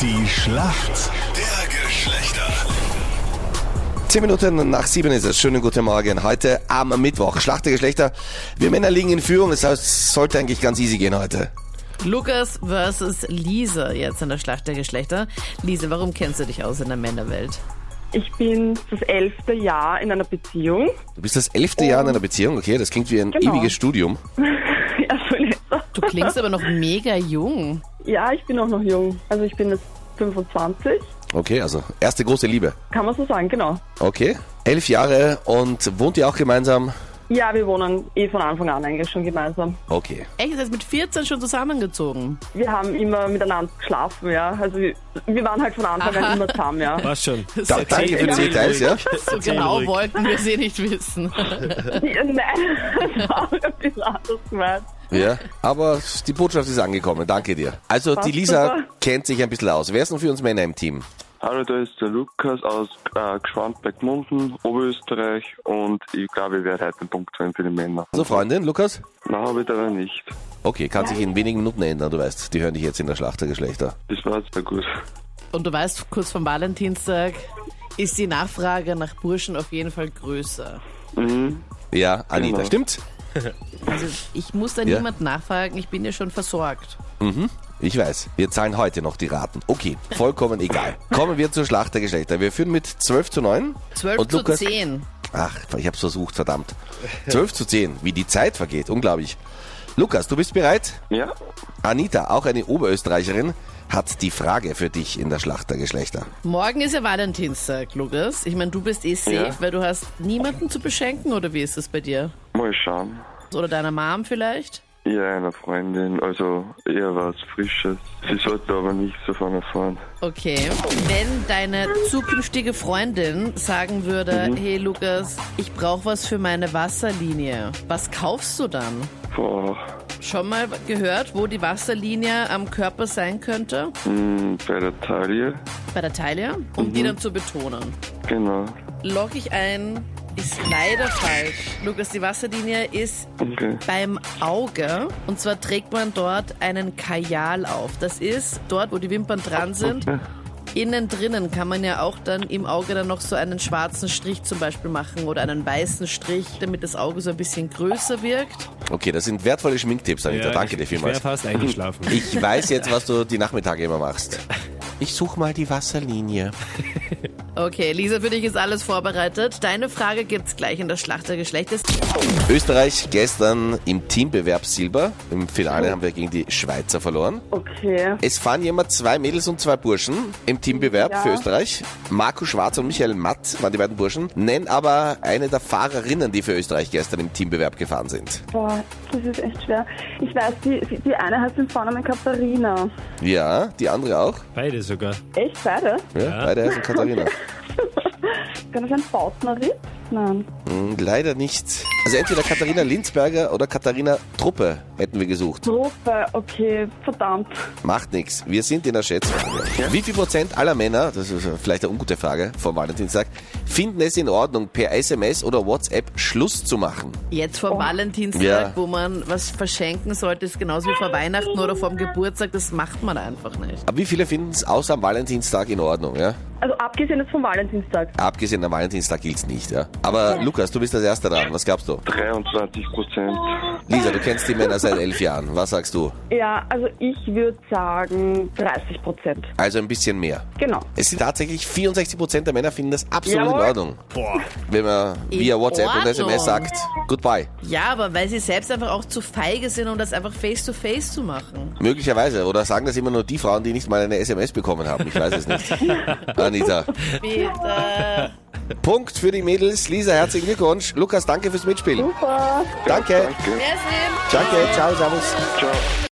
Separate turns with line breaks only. Die Schlacht der Geschlechter.
Zehn Minuten nach sieben ist es. Schönen guten Morgen. Heute am Mittwoch. Schlacht der Geschlechter. Wir Männer liegen in Führung. Das heißt, es sollte eigentlich ganz easy gehen heute.
Lukas versus Lise jetzt in der Schlacht der Geschlechter. Lise, warum kennst du dich aus in der Männerwelt?
Ich bin das elfte Jahr in einer Beziehung.
Du bist das elfte Jahr in einer Beziehung. Okay, das klingt wie ein
Genau.
ewiges Studium.
ja, so in etwa.
Du klingst aber noch mega jung.
Ja, ich bin auch noch jung. Also ich bin jetzt 25.
Okay, also erste große Liebe.
Kann man so sagen, genau.
Okay. Elf Jahre und wohnt ihr auch gemeinsam?
Ja, wir wohnen eh von Anfang an eigentlich schon gemeinsam.
Okay.
Echt, ihr seid mit 14 schon zusammengezogen.
Wir haben immer miteinander geschlafen, ja. Also wir, wir waren halt von Anfang an immer zusammen, ja.
Passt schon.
Da, danke für die
erzähl
Details, ja.
So
Erzähl
genau
ruhig.
wollten wir sie nicht wissen.
Ja, Nein, das war auch ein bisschen anders gemeint.
Ja. Aber die Botschaft ist angekommen. Danke dir. Also, die Lisa
super.
kennt sich ein bisschen aus. Wer ist denn für uns Männer im Team?
Hallo, da ist der Lukas aus äh, Gschwandbergmunden, Oberösterreich und ich glaube, ich werde heute einen Punkt sein für die Männer.
So, Freundin, Lukas?
Nein, habe ich leider nicht.
Okay, kann sich in wenigen Minuten ändern, du weißt. Die hören dich jetzt in der Schlacht der Geschlechter.
Das war sehr gut.
Und du weißt, kurz vom Valentinstag ist die Nachfrage nach Burschen auf jeden Fall größer.
Mhm.
Ja, Anita,
Genau.
stimmt.
Also ich muss da
Ja.
niemand nachfragen, ich bin ja schon versorgt.
Ich weiß, wir zahlen heute noch die Raten. Okay, vollkommen egal. Kommen wir zur Schlacht der Geschlechter. Wir führen mit 12 zu 9.
12
und
zu
Lukas,
10.
Ach, ich hab's versucht, verdammt. 12 zu 10, wie die Zeit vergeht, unglaublich. Lukas, du bist bereit?
Ja,
Anita, auch eine Oberösterreicherin, hat die Frage für dich in der Schlacht der Geschlechter.
Morgen ist ja Valentinstag, Lukas. Ich meine, du bist eh safe,
Ja.
weil du hast niemanden zu beschenken, oder wie ist es bei dir?
mal schauen.
Oder deiner Mom vielleicht?
Ja, einer Freundin, also eher was Frisches. Sie sollte aber nichts davon erfahren.
Okay. Wenn deine zukünftige Freundin sagen würde, hey Lukas, ich brauche was für meine Wasserlinie, was kaufst du dann?
Boah,
Schon mal gehört, wo die Wasserlinie am Körper sein könnte?
hm, bei der Taille,
Bei der Taille, um die dann zu betonen.
genau.
Log ich ein, ist leider falsch. Lukas, die Wasserlinie ist
Okay.
beim Auge. Und zwar trägt man dort einen Kajal auf. Das ist dort, wo die Wimpern dran sind. Innen drinnen kann man ja auch dann im Auge dann noch so einen schwarzen Strich zum Beispiel machen oder einen weißen Strich, damit das Auge so ein bisschen größer wirkt.
Okay, das sind wertvolle Schminktipps, Anita. Danke dir vielmals.
Ich wäre fast eingeschlafen.
Ich weiß jetzt, was du die Nachmittage immer machst. Ich suche mal die Wasserlinie.
Okay, Lisa, für dich ist alles vorbereitet. Deine Frage gibt's gleich in der Schlacht der Geschlechter.
Österreich gestern im Teambewerb Silber. Im Finale haben wir gegen die Schweizer verloren.
Okay.
Es fahren jemand zwei Mädels und zwei Burschen im Teambewerb
Ja.
für Österreich. Marco Schwarz und Michael Matt waren die beiden Burschen. Nenn aber eine der Fahrerinnen, die für Österreich gestern im Teambewerb gefahren sind.
Boah, das ist echt schwer. Ich weiß, die, die eine heißt den Vornamen Katharina.
Ja, die andere auch.
Beide sogar.
Echt, beide?
Ja,
Ja.
Beide heißen Katharina.
Kann das ein Faultner Ritt? Nein.
Hm, Leider nicht. Also entweder Katharina Linzberger oder Katharina Truppe hätten wir gesucht.
Gruppe, okay, verdammt.
Macht nichts. Wir sind in der Schätzfrage. Wie viel Prozent aller Männer, das ist vielleicht eine ungute Frage vom Valentinstag, finden es in Ordnung, per SMS oder WhatsApp Schluss zu machen?
Jetzt vor Valentinstag,
Ja.
wo man was verschenken sollte, ist genauso wie vor Weihnachten oder vor dem Geburtstag, das macht man einfach nicht.
Aber wie viele finden es außer am Valentinstag in Ordnung? Ja?
Also abgesehen jetzt vom Valentinstag.
Abgesehen am Valentinstag gilt's nicht. Ja? Aber Lukas, du bist das Erste dran. Was glaubst du?
23 Prozent.
Lisa, du kennst die Männer seit elf Jahren. Was sagst du?
Ja, also ich würde sagen 30 Prozent.
Also ein bisschen mehr.
Genau.
Es sind tatsächlich 64 Prozent der Männer finden das absolut
Jawohl.
in Ordnung. Wenn man via
In
WhatsApp und SMS
Ordnung.
sagt, goodbye.
Ja, aber weil sie selbst einfach auch zu feige sind, um das einfach face to face zu machen.
Möglicherweise. Oder sagen das immer nur die Frauen, die nicht mal eine SMS bekommen haben. Ich weiß es nicht. Anita.
Bitte.
Punkt für die Mädels. Lisa, herzlichen Glückwunsch. Lukas, danke fürs Mitspielen. Super. Danke.
Danke.
Merci.
Danke. Ciao, servus.
Ciao.